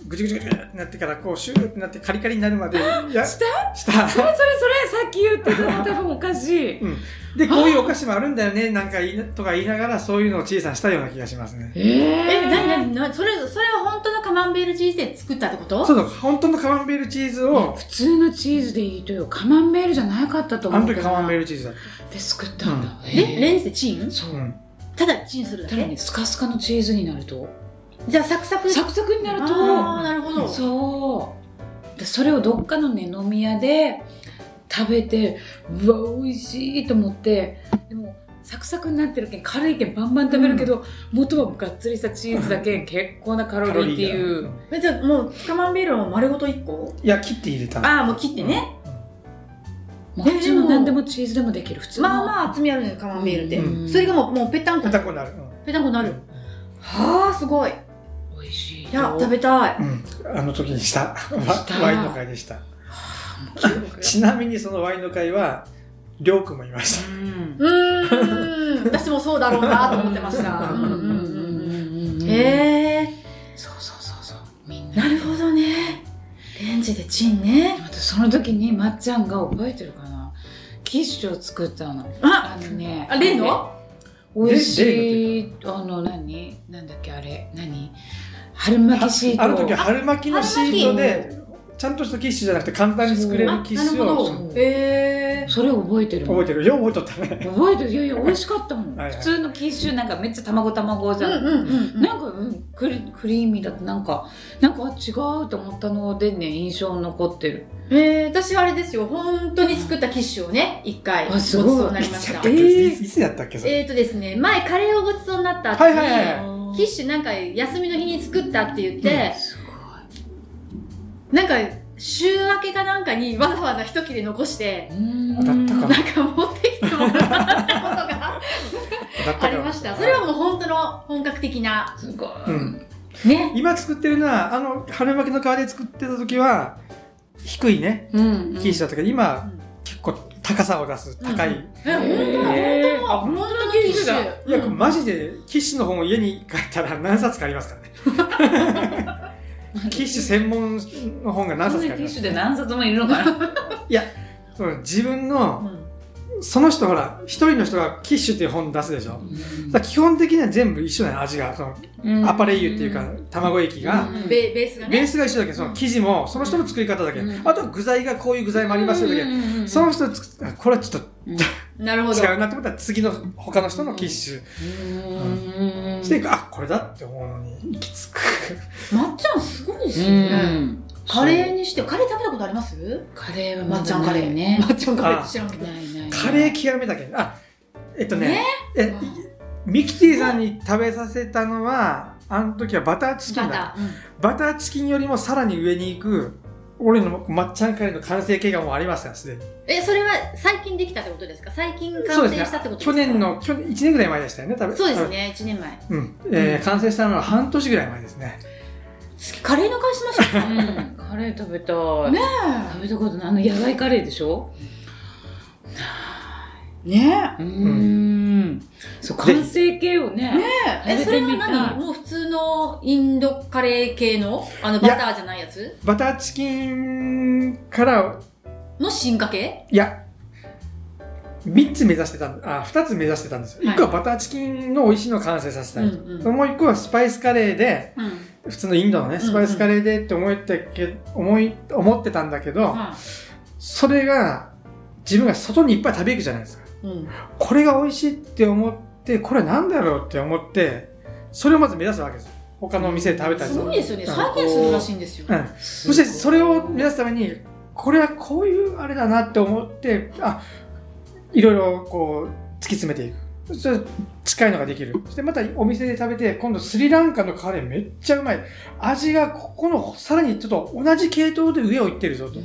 A: ぐちゅぐちゅぐちゅってなってからこうシューってなってカリカリになるまでや
C: した
A: した
C: それそれそれさっき言ってたの 多分おかしい
A: で、こういうお菓子もあるんだよね、なんかいいなとか言いながら、そういうのを小さんしたような気がしますね。
C: え
B: え、なにな
C: え
B: になにそれ、それは本当のカマンベールチーズで作ったってこと
A: そうだ、本当のカマンベールチーズを、
C: 普通のチーズでいいとよカマンベールじゃなかったと
A: あの
C: 思うけ
A: 時
C: ど
A: カマンベールチーズだった。。
C: で作ったんだ
B: え、
C: へえ
B: レンジでチン
C: そううん
B: ただチンするだ
C: ただ
B: け
C: ねスカスカのチーズになると
B: じゃあサクサク。
C: サクサクになる
B: あ
C: と
B: ーなるほど。
C: そうでそれをどっかのね飲み屋で食べてうわ美味しいと思ってでもサクサクになってるけん軽いけんバンバン食べるけど、元はがっつりしたチーズだけん結構なカロリーってい
A: カロリー
C: う
A: が
B: えじゃあもうカマンベールを丸ごと1個
A: いや、切って入れた。
B: ああ、もう切ってね。
C: も
B: え
C: う普通の何でもチーズでもできる普通の
B: まあまあ厚みあるね、カマンベールって。
C: うん
B: それがもう、もうペタンコ
A: ペ。タコになる。
B: ペタンコなる。はあ、すごい。い
C: 美味しい
B: や、食べたい。
A: うん。うん。あの時にした。
C: した
A: ワインの会でした。ちなみにそのワインの会は、りょうくんもいました。
C: うん
B: うーん。 私もそうだろうなと思ってました。うんうんうんうん。へえ。
C: そうそうそうそうみんな
B: なるほどね。レンジでチンね。
C: またその時にまっちゃんが覚えてるかなキッシュを作ったの
B: あ
C: あのね
B: あ、例の
C: 美味しいあの何なんだっけあれ何春巻きシート
A: あの時は春巻きのシート
C: 春
A: で、ちゃんとしたキッシュじゃなくて簡単に作れるキッシュを
C: そう
B: え
C: それを覚えてるの
A: 覚えてる。よう覚えとったね。
C: 覚えてるいやいや美味しかったもん
A: はいはい
C: 普通のキッシュなんかめっちゃ卵卵
B: ー。
C: じゃん、
B: うんうん
C: なんか、うん、クリクリーミーだってなんかなんか違うと思ったのでね印象に残ってる
B: えー、私はあれですよ、本当に作ったキッシュをね、一回ご
C: あ
B: ち
C: すごい
B: そうになりまし
A: いつや
B: た
A: ったっ。け
C: え
A: いつやったっけそれ
B: えーとですね、前カレーをごちそうになった後
A: はい
B: に、
A: はいはい。
B: キッシュなんか休みの日に作ったって言って、
C: す
B: なんか週明けかなんかにわざわざ一切れ残して、
C: ご
A: 当
C: い
A: たったか
B: なんか持ってきてもらったことが
A: だったか
B: あ
A: ら
B: りました。それはもう本当の本格的な、
C: すごい、
A: うん
B: ね。
A: 今作ってるのはあの春巻きの皮で作ってた時は低いね
C: うんうん
A: 生地だったけど今、
B: うん
A: 結こう高さを出す高い、
C: えー、あ本当だ九州だ
A: いや、マジでキッシュの本を家に帰ったら何冊かありますからね キッシュ専門の本が何
C: そん
A: 冊
C: な
A: かありま
C: 九州
A: す
C: で何冊もいるのかな
A: うん自分のその人ほら一人の人がキッシュっていう本出すでしょだから基本的には全部一緒なの味がそのアパレイユっていうか卵液が
C: うん
B: ベベースが
A: ベー
B: ね
A: スが一緒だけどその生地もその人の作り方だけ
C: うん
A: あとは具材がこういう具材もありますよだけ
C: け
A: その人の作っあこれはちょっ
B: なるほ
A: と
B: ど
A: 違うなって思ったら次の他の人のキッシュしていくあこれだって思うのに行き着く
B: まっちゃんすごいですよねカレーにしてカレー食べたことあります
C: カレーは
B: ま
C: ま
B: っちゃ
C: だ
B: んカ
C: な
B: レ
C: い
B: ー
C: ね
B: まっちゃんカレーって知らんけど
C: ないない
A: カレー極めたけんあえっとね
B: ね
A: えミキティさんに食べさせたのはあの時はバターチキンだ
B: ま
A: バターチキンよりもさらに上に行く俺の抹茶カレーの完成形がもうありますからすでに
B: たえそれは最近できたってことですか最近
A: そう
B: 完成
A: で
B: し
A: す
B: たってこと
A: ね
B: です
A: 去
B: か
A: 年の去年1年ぐらい前でしたよね食べ
B: そうですね1年前
A: うん、えー完成したのは半年ぐらい前ですね
B: 次カレーの会しましょう か
C: うんカレー食べたい
B: ね
C: 食べたことないあの野外カレーでしょ
B: えね
C: う
A: うん
C: そう完成形をね
B: ええそれは
C: 食べてみたい
B: 何もう普通のインドカレー系のあのバターじゃないやつ
A: バターチキンから
B: の進化系
A: いや3つ目指してたんあ2つ目指してたんですよ、
B: は
A: 1
B: い
A: 個はバターチキンの美味しいのを完成させたい、
B: うんうん
A: もう1個はスパイスカレーで、
B: うん
A: 普通のインドのねスパイスカレーでって思ってけ思い思ってたんだけど、
B: は
A: それが自分が外にいっぱい食べ行くじゃないですか
B: いうん
A: これが美味しいって思ってこれなんだろうって思ってそれをまず目指すわけですよ他のお店で食べたり
B: すごいですよね
A: うん
B: 再現するらしいんですよ
A: うん、そしてそれを目指すためにこれはこういうあれだなって思ってあいろいろこう突き詰めていくそして近いのができるそしてまたお店で食べて今度スリランカのカレーめっちゃうまい味がここのさらにちょっと同じ系統で上をいってるぞと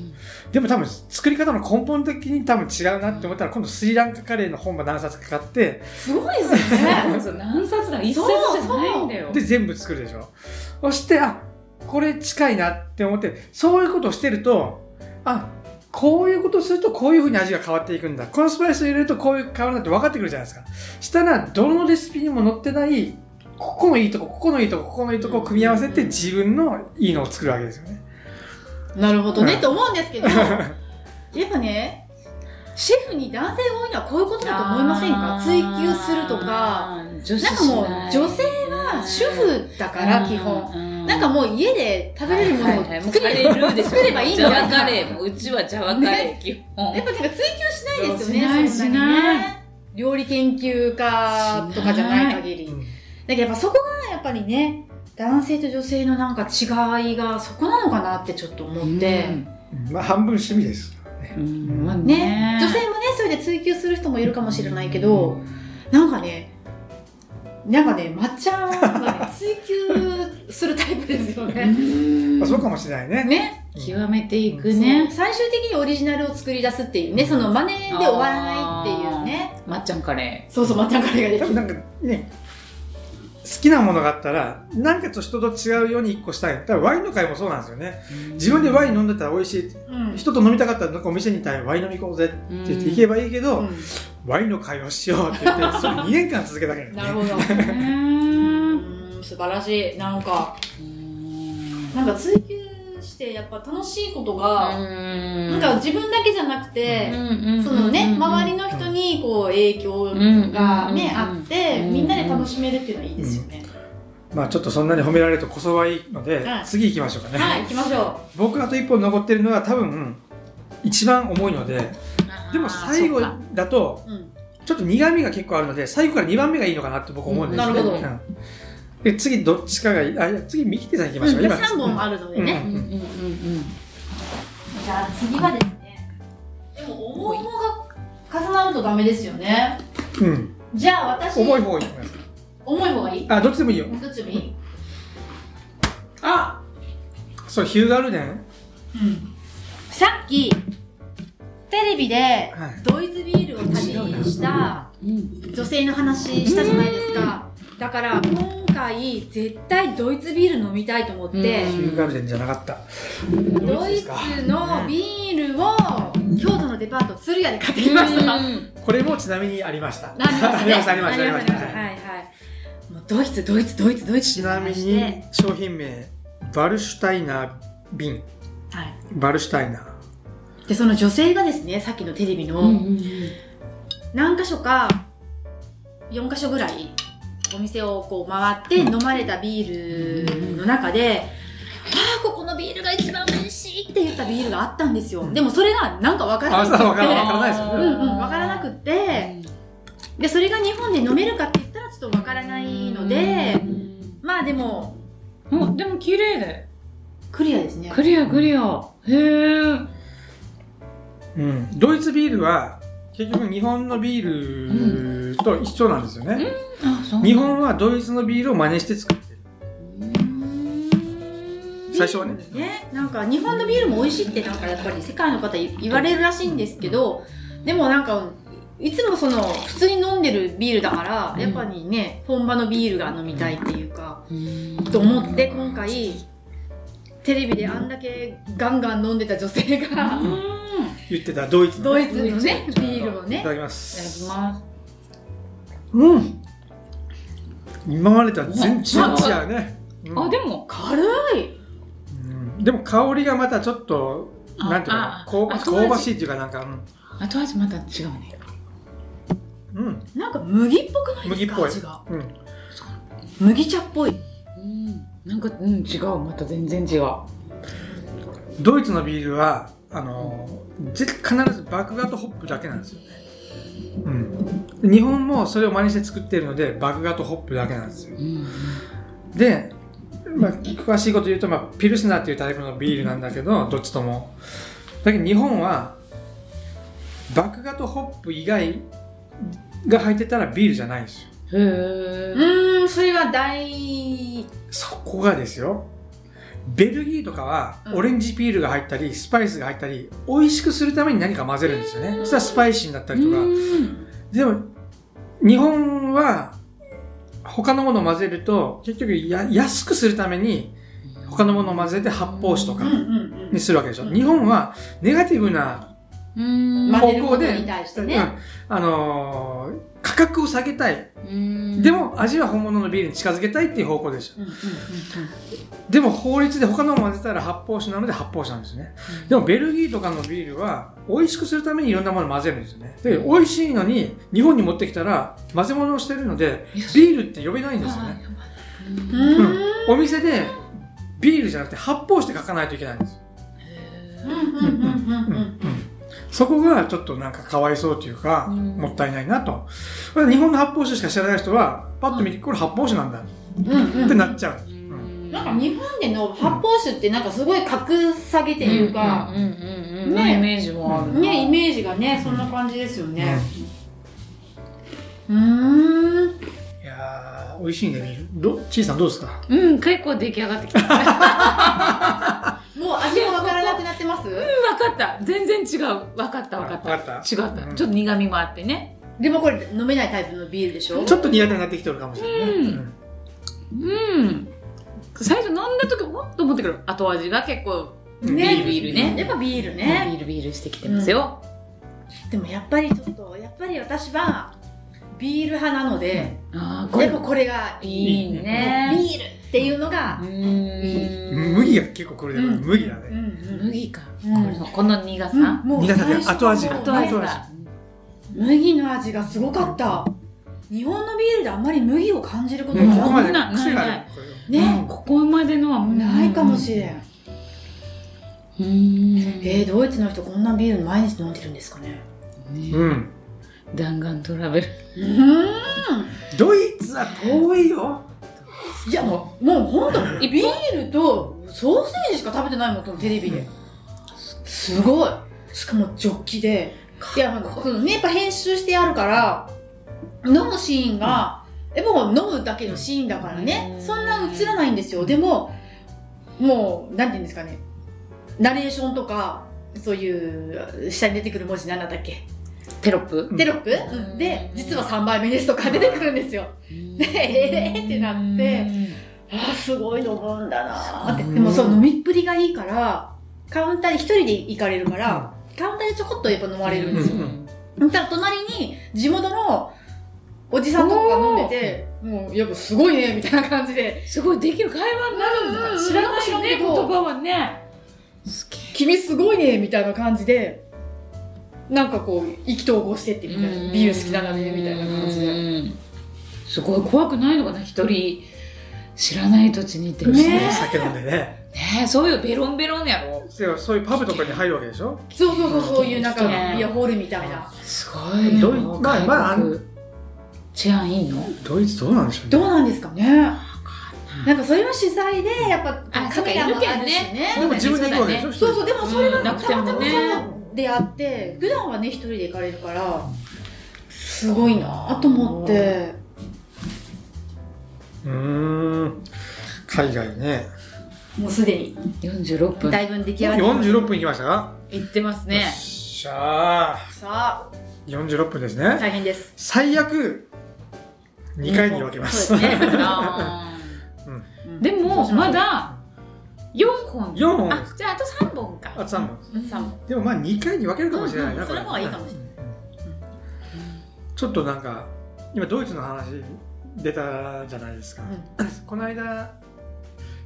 A: でも多分作り方の根本的に多分違うなって思ったら今度スリランカカレーの本が何冊か買って
B: すごいですよね
C: そうそう何冊だ一冊じゃないんだよ
A: で全部作るでしょそしてあこれ近いなって思ってそういうことをしてるとあこういうことするとこういうふうに味が変わっていくんだこのスパイスを入れるとこういう変わるんだって分かってくるじゃないですかしたらどのレシピにも載ってないここのいいとこここのいいとこここのいいとこを組み合わせて自分のいいのを作るわけですよね
B: なるほど
A: う
B: ね
A: ん
B: と思うんですけど やっぱねシェフに男性が多いのはこういうことだと思いませんか追求するとか
C: あー女子
B: なんかもう
C: しい
B: 女性は主婦だから基本
C: 本
B: なんかもう家で食べれるものを作れば
C: るでしょ
B: 作ればいいん
C: ジ
B: だ
C: ャ
B: よ
C: ワカレーもうちはジャワカレー基本
B: やっぱなんか追求しないですよね。
C: そうしない
B: そんにね
C: しな
B: 料理研究家とかじゃない限り。だけどやっぱそこがやっぱりね、男性と女性のなんか違いがそこなのかなってちょっと思って。
A: うんまあ半分趣味です
C: うんまあ
B: ね
C: ね
B: 女性もね、それで追求する人もいるかもしれないけど、なんかね、なんかね、まっちゃんはね、追求するタイプですよね。
A: まあ、そうかもしれないね
B: ね。
A: うん
C: 極めていく
B: ね
C: ね
B: 最終的にオリジナルを作り出すっていうね、その真似で終わらないっていうね。
C: まっちゃんカレ
B: そうそう、まっちゃんカレーができ
A: 多
B: る
A: 分。なんかね好きなものがあったらなんかと人と違うように一個したい多分ワインの会もそうなんですよね
C: ー
A: 自分でワイン飲んでたら美味しい
B: うん
A: 人と飲みたかったらなんかお店に行ったらワイン飲み行こうぜって言って行けばいいけど、
B: うん
A: ワインの会をしようって言ってそれ2年間続けたけど
B: な
A: ね
B: るほど。
C: うー
B: う
C: ん
B: ん素晴らしい。なんか、なんか追求して、やっぱ楽しいことが、
C: な
B: なんか自分だけじゃなくて、そのね、周りの人にこう影響がね、あって、みんなで楽しめるっていうのはいいですよね。
A: まあちょっとそんなに褒められるとこそはいいので、
B: はい
A: 次行きましょうかね、
B: はい、行きましょ
A: 僕あと一本残ってるのは多分一番重いのででも最後だと
B: う。うん。
A: ちょっと苦味が結構あるので、最後から2番目がいいのかなって僕思うんですよ、
B: うんなるほど
A: うんで、次どっちかがいい。あ、いや次、ミキティさん行きましょう。
B: で3本あるので
A: う
B: ね。
A: ん
B: じゃあ次はですね、でも重いのが重なるとダメですよね。
A: うん。うん
B: じゃあ私、
A: 重い方がいいと思います。
B: 重い方がいい
A: あ、どっちでもいいよ。
B: どっちでもいい
C: あ
A: そう、ヒューガルデン。
B: うんさっき、テレビで、
A: はい。
B: ドイツビールを旅にした女性の話したじゃないですか、だから今回絶対ドイツビール飲みたいと思って、
A: ヒューガルデンじゃなかった。
B: ドイツのビールを京都のデパート鶴屋で買ってきました。あり
A: これもちなみにありました。
B: ましたね。
A: ありましたありましたありました
B: はいはい。もうドイツドイツドイツドイツ
A: ちなみ
B: し
A: に
B: て
A: 商品名バルシュタイナー瓶
B: はい。
A: バルシュタイナー
B: でその女性がですねさっきのテレビの何箇所か4箇所ぐらいお店をこう回って飲まれたビールの中で「ああここのビールが一番美味しい」って言ったビールがあったんですよでもそれがなんか分から
A: あ
B: な
A: そうわ
B: く
A: からわ
B: て
A: からないですよ
B: う
A: ね
B: んうん分からなくってでそれが日本で飲めるかって言ったらちょっと分からないのでまあでも
C: もうでも綺麗で
B: クリアですね
C: クリアクリアへえ
A: うん、ドイツビールは結局日本のビールと一緒なんですよね、
C: あそう
A: 日本はドイツのビールを真似して作ってる最初はね
B: ね、なんか日本のビールも美味しいってなんかやっぱり世界の方い言われるらしいんですけど、でもなんかいつもその普通に飲んでるビールだから、
C: うん
B: やっぱりね本場のビールが飲みたいっていうか、と
C: と
B: 思って今回テレビであんだけガンガン飲んでた女性が、
A: 言ってたドイツの
B: ド
A: ね
B: イツのね
C: うん
B: ビールを
A: い
B: ね
A: ただきま
C: いただき
A: す
C: ます
A: うん今までとは全然違うね、うん
C: あでも
B: 軽い
A: うんでも香りがまたちょっと
C: あ
A: なんていう
C: あ
A: か香ば
C: あ
A: 香ばしいっていうかなんか
C: 後味また違うね
A: うん、うん
B: なんか麦っぽくない
A: 麦
B: で
A: っ
B: すか
A: ぽい
B: 味が
A: うん、
B: 麦茶っぽい
C: うんなんかうん違うまた全然違う
A: ドイツのビールはあのーぜ必ずバックガートホップだけなんですよね、うん、日本もそれを真似して作ってるのでバックガートホップだけなんですよで、まあ、詳しいこと言うと、まあ、ピルスナーっていうタイプのビールなんだけどどっちともだけど日本はバックガートホップ以外が入ってたらビールじゃないんですよ
C: へえ
B: うーんそれが大
A: そこがですよベルギーとかは
B: うん
A: オレンジピールが入ったりスパイスが入ったり美味しくするために何か混ぜるんですよねそしたらスパイシーになったりとかでも日本は他のものを混ぜると結局や安くするために他のものを混ぜて発泡酒とか
B: うんうん
A: にするわけでしょ日本はネガティブな
B: うん混ぜることに対して
A: うん
B: ね、
A: あのー価格を下げたいでも味は本物のビールに近づけたいっていう方向でしょ
B: うんうんうんうん
A: でも法律で他のを混ぜたら発泡酒なので発泡酒なんですねでもベルギーとかのビールは美味しくするためにいろんなものを混ぜるんですよね。で、美味しいのに日本に持ってきたら混ぜ物をしてるので
C: よし
A: ビールって呼べないんですよね。
C: うん
A: うんお店でビールじゃなくて発泡して書かないといけないんですよ。うんうんそこがちょっとなんかかわいそうというか、
C: うん
A: もったいないなと。日本の発泡酒しか知らない人はパッと見てこれ発泡酒なんだってなっちゃう。
B: なんか日本での発泡酒ってなんかすごい格下げっていうか、
C: うんうんうんねイメージもある
B: ねイ
C: ージ
B: メージがねそんな感じですよね。うーん。
A: いやー、美味しいね、ビール。ど、ちいさんどうですか
C: うん結構出来上がってきた分か
B: もう味もわからなくなってます？
C: った全然違う分かった分かった
A: わかった
C: 違った
A: うん
C: ちょっと苦味もあってね
B: でもこれ飲めないタイプのビールでしょ？
A: ちょっと苦手になってきてるかもしれないね。
C: うんうん最初飲んだ時おっと思ってくる後味が結構
A: うん
C: ビールビールね
B: やっぱビール
C: ビ
B: ね。
C: ールビールしてきてますよ
B: でもやっぱりちょっとやっぱり私はビール派なので、
C: あー
B: やっぱこれがいい。
C: いいね
B: ビールっていうのが、
C: うん
A: 麦が結構これで、
B: うん
A: 麦だ
B: う
A: ね。
B: んうん
C: 麦か
B: うん
C: このこの苦さ
B: うん、もう
A: 苦手だ
B: 最初は
A: 後味が
B: もう
C: 後味
A: 後味
C: が
B: 麦の味がすごかった日本のビールであんまり麦を感じること
A: うん、こ
B: が
A: こ
B: な
A: ま
B: い
A: で
C: ない
A: 癖がある
C: ない
A: これ
C: ね
B: ね、
C: ここまでのは
B: ないかもしれん、
C: れん
B: えー、ドイツの人こんなビール毎日飲んでるんですかね
A: うん、
C: 弾丸トラベル
B: うん
A: ドイツは遠いよ
B: いやもうもうほんとビールとソーセージしか食べてないもんこのテレビで、すごいしかもジョッキでいやまあそのねやっぱ編集してあるから飲むシーンがやっぱもう飲むだけのシーンだからね
C: うん
B: そんな映らないんですよでももうなんていうんですかねナレーションとかそういう下に出てくる文字なんだったっけ
C: テロップ
B: テロップ、
C: ん
B: で実は3杯目ですとか出てくるんですよでえーってなってああすごい飲むんだなーってでもそう飲みっぷりがいいからカウンターに一人で行かれるから、カウンターでちょこっとやっぱ飲まれるんですよ。
A: うん
B: そしたら隣に地元のおじさんとかが飲んでて、もうやっぱすごいね、みたいな感じで、
C: すごいできる会話になるんだ、
B: うんうんうん
C: 知らないよね
B: な
C: 言
B: んか知らんけど
C: 葉はねすげ
B: 君すごいね、みたいな感じで、なんかこう、意気投合してってみたいな、ビール好きだなのね、みたいな感じで。
C: すごい怖くないのかな一人知らない土地にいて
B: ね
C: ね
A: 酒飲んでね
C: えそういうベロンベロンやろ
A: そうそういうパブとかに入るわけでしょ
B: そうそうそう、そういうなんか
C: ね、
B: ビアホールみたいな。
C: すごい
A: どうい
C: もう
A: まあ
C: 外
A: まああ
C: 国
A: の
C: 治安いいの
A: ドイツどうなんでしょう
B: どう
A: ね
B: なんですかね。なんかそれは取材で、やっぱ、
C: あそっかいるけどね
A: でも自分で行くわけでしょ
B: そうそう、でもそれは
C: うん
B: た
C: な
B: ま
C: くて
B: たま
C: もね
B: であって、普段はね、一人で行かれるから、すごいなと思って。
A: うーん海外ね
B: もうすでに、
C: 46分
B: だいぶ出来上がってます。
A: 46分いきましたか
C: 行ってます
A: よっ
C: ね
A: しゃー
B: さ
A: 46分です
B: あ、
A: ね
B: 大変です。
A: 最悪2回に分けます
B: そうですね。
C: あ
B: うん
C: ー でもまだ4本
A: 4本
C: あじゃああと3本か
A: あと3本
B: うん
C: 三本
A: でもまあ2回に分けるかもしれないな、
B: うん
A: これ
B: その方がいいかもしれ
A: ちょっとなんか今ドイツの話出たじゃないですか、 この間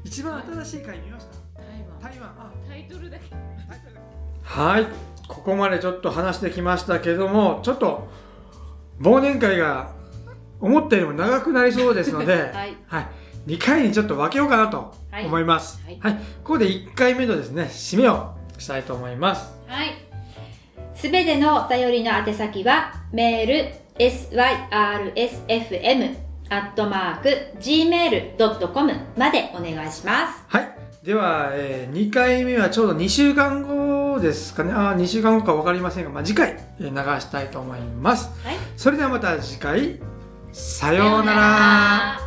A: 一番新しい回見ました台湾あ
C: タイトルだけ
A: はいここまでちょっと話してきましたけどもちょっと忘年会が思ったよりも長くなりそうですので、
B: はい。
A: はい、2回にちょっと分けようかなと思います。は
C: はいい
A: ここで1回目のですね、締めをしたいと思います。
D: はい。すべてのお便りの宛先は、メール、syrsfm、アットマーク、gmail.com までお願いします。
A: はい、では、え2回目はちょうど2週間後ですかね、あ2週間後か分かりませんが、まあ、次回えー流したいと思います。
D: はい
A: それではまた次回、さようなら。
D: ら。